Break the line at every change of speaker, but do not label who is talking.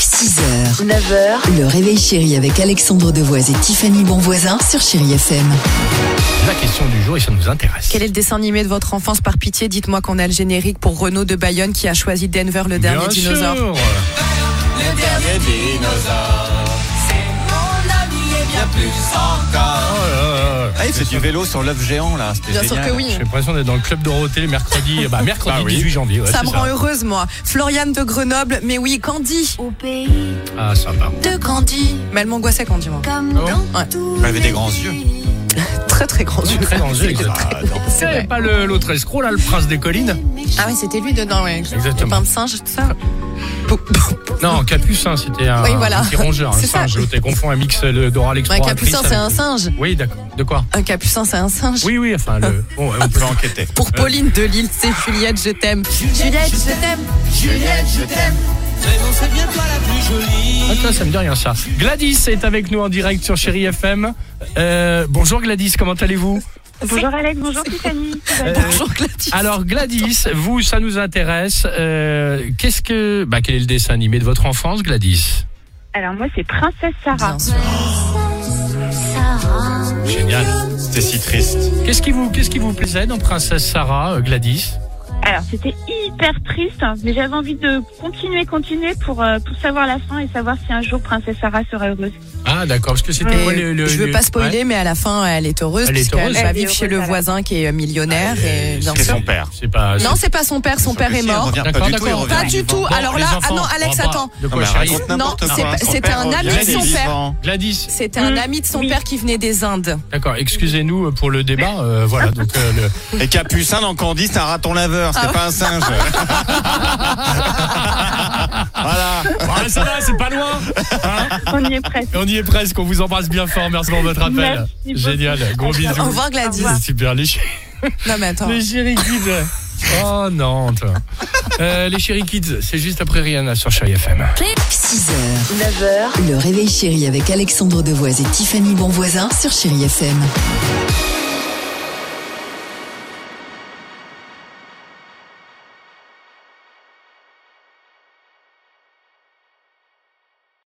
6h, 9h, le réveil chéri avec Alexandre Devoise et Tiffany Bonvoisin sur Chéri FM.
La question du jour, et ça nous intéresse.
Quel est le dessin animé de votre enfance par pitié Dites-moi qu'on a le générique pour Renaud de Bayonne qui a choisi Denver le dernier
Bien
dinosaure.
sûr. Oh
Ah, il fait du vélo sur l'œuf géant là, c'était
Bien sûr
génial.
que oui.
J'ai l'impression d'être dans le club Dorothée le mercredi, bah, mercredi
Bah oui.
18 janvier. ouais,
Ça
c'est
me rend heureuse moi. Floriane de Grenoble, mais oui, Candy.
Ah, sympa.
De Candy,
Mais elle m'angoissait Candy moi.
comme
Ah
dans
Ouais.
tous
Elle avait des
les
grands yeux.
pays.
Très très grand
C'est
jeu.
très dangereux.
C'est
ça.
très-
C'est pas le- l'autre escroc, là, le prince des collines
Ah oui, c'était lui dedans, ouais.
Exactement.
Le pain de singe, tout ça.
Non, Capucin, c'était un,
Oui, voilà.
un petit rongeur, un
C'est ça.
singe. L'autre est confond un mix euh, de Dora
Un
l'exploratrice.
capucin, c'est un singe.
Oui, d'accord. De quoi
Un capucin, c'est un singe.
Oui, oui, enfin, le... bon, on peut Euh, enquêter.
Pour Pauline de Lille, c'est Juliette, je t'aime. Juliette, je t'aime.
Ah, toi, ça me dit rien, ça. Gladys est avec nous en direct sur Chéri FM. Euh, bonjour Gladys, comment allez-vous
Bonjour Alex, bonjour Tiffany.
Euh,
Bonjour Gladys.
Alors Gladys, vous, ça nous intéresse. Euh, Qu'est-ce que, bah, quel est le dessin animé de votre enfance, Gladys
Alors moi c'est Princesse Sarah.
Bien sûr.
Génial.
C'était si triste.
Qu'est-ce qui vous, qu'est-ce qui vous plaisait dans Princesse Sarah, euh, Gladys
Alors c'était hyper triste, mais j'avais envie de continuer, continuer pour, euh, pour savoir la fin et savoir si un jour Princesse Sarah sera heureuse.
Ah d'accord, parce que c'était
Et
quoi le, le-
Euh, je veux
le-
pas spoiler,
ouais,
mais à la fin, elle est heureuse
Elle est
puisqu'elle
heureuse.
va
Elle est
vivre chez le
heureuse,
millionnaire. voisin qui est euh, millionnaire. et bien
C'est
sûr.
son père.
c'est pas.
Non, c'est pas son père, son père est
Si, il
mort.
revient
D'accord,
Pas du tout, il
d'accord.
revient.
Pas du tout.
Bon,
Alors
les
là,
enfants,
ah non, Alex,
on va pas-
attends.
De
Non,
quoi,
mais
chérie
raconte n'importe
Non,
quoi.
c'est pas-
Son
c'était
père
un
revient,
ami de
il est
son père.
vivant.
Gladys,
C'était un ami de son père qui venait des Indes.
d'accord, excusez-nous pour le débat. euh, voilà, donc euh, le-
Et Capucin dans Candy, c'est un raton laveur,
Ah.
c'est pas un singe. voilà.
Ah, ça va, c'est pas loin. Hein
On y est presque.
on y est presque. On vous embrasse bien fort. Merci pour votre appel.
Merci beaucoup.
Génial. Gros bisous.
Au revoir, Gladys.
C'est super les chéris.
Non, mais attends.
Les chéris kids. Oh Nantes. Euh, les chéris kids, c'est juste après Rihanna sur Chéri FM.
6h, 9h, le réveil chéri avec Alexandre Devoise et Tiffany Bonvoisin sur Chéri FM.